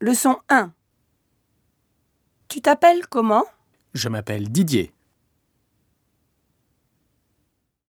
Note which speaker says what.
Speaker 1: Leçon 1. Tu t'appelles comment
Speaker 2: Je m'appelle Didier.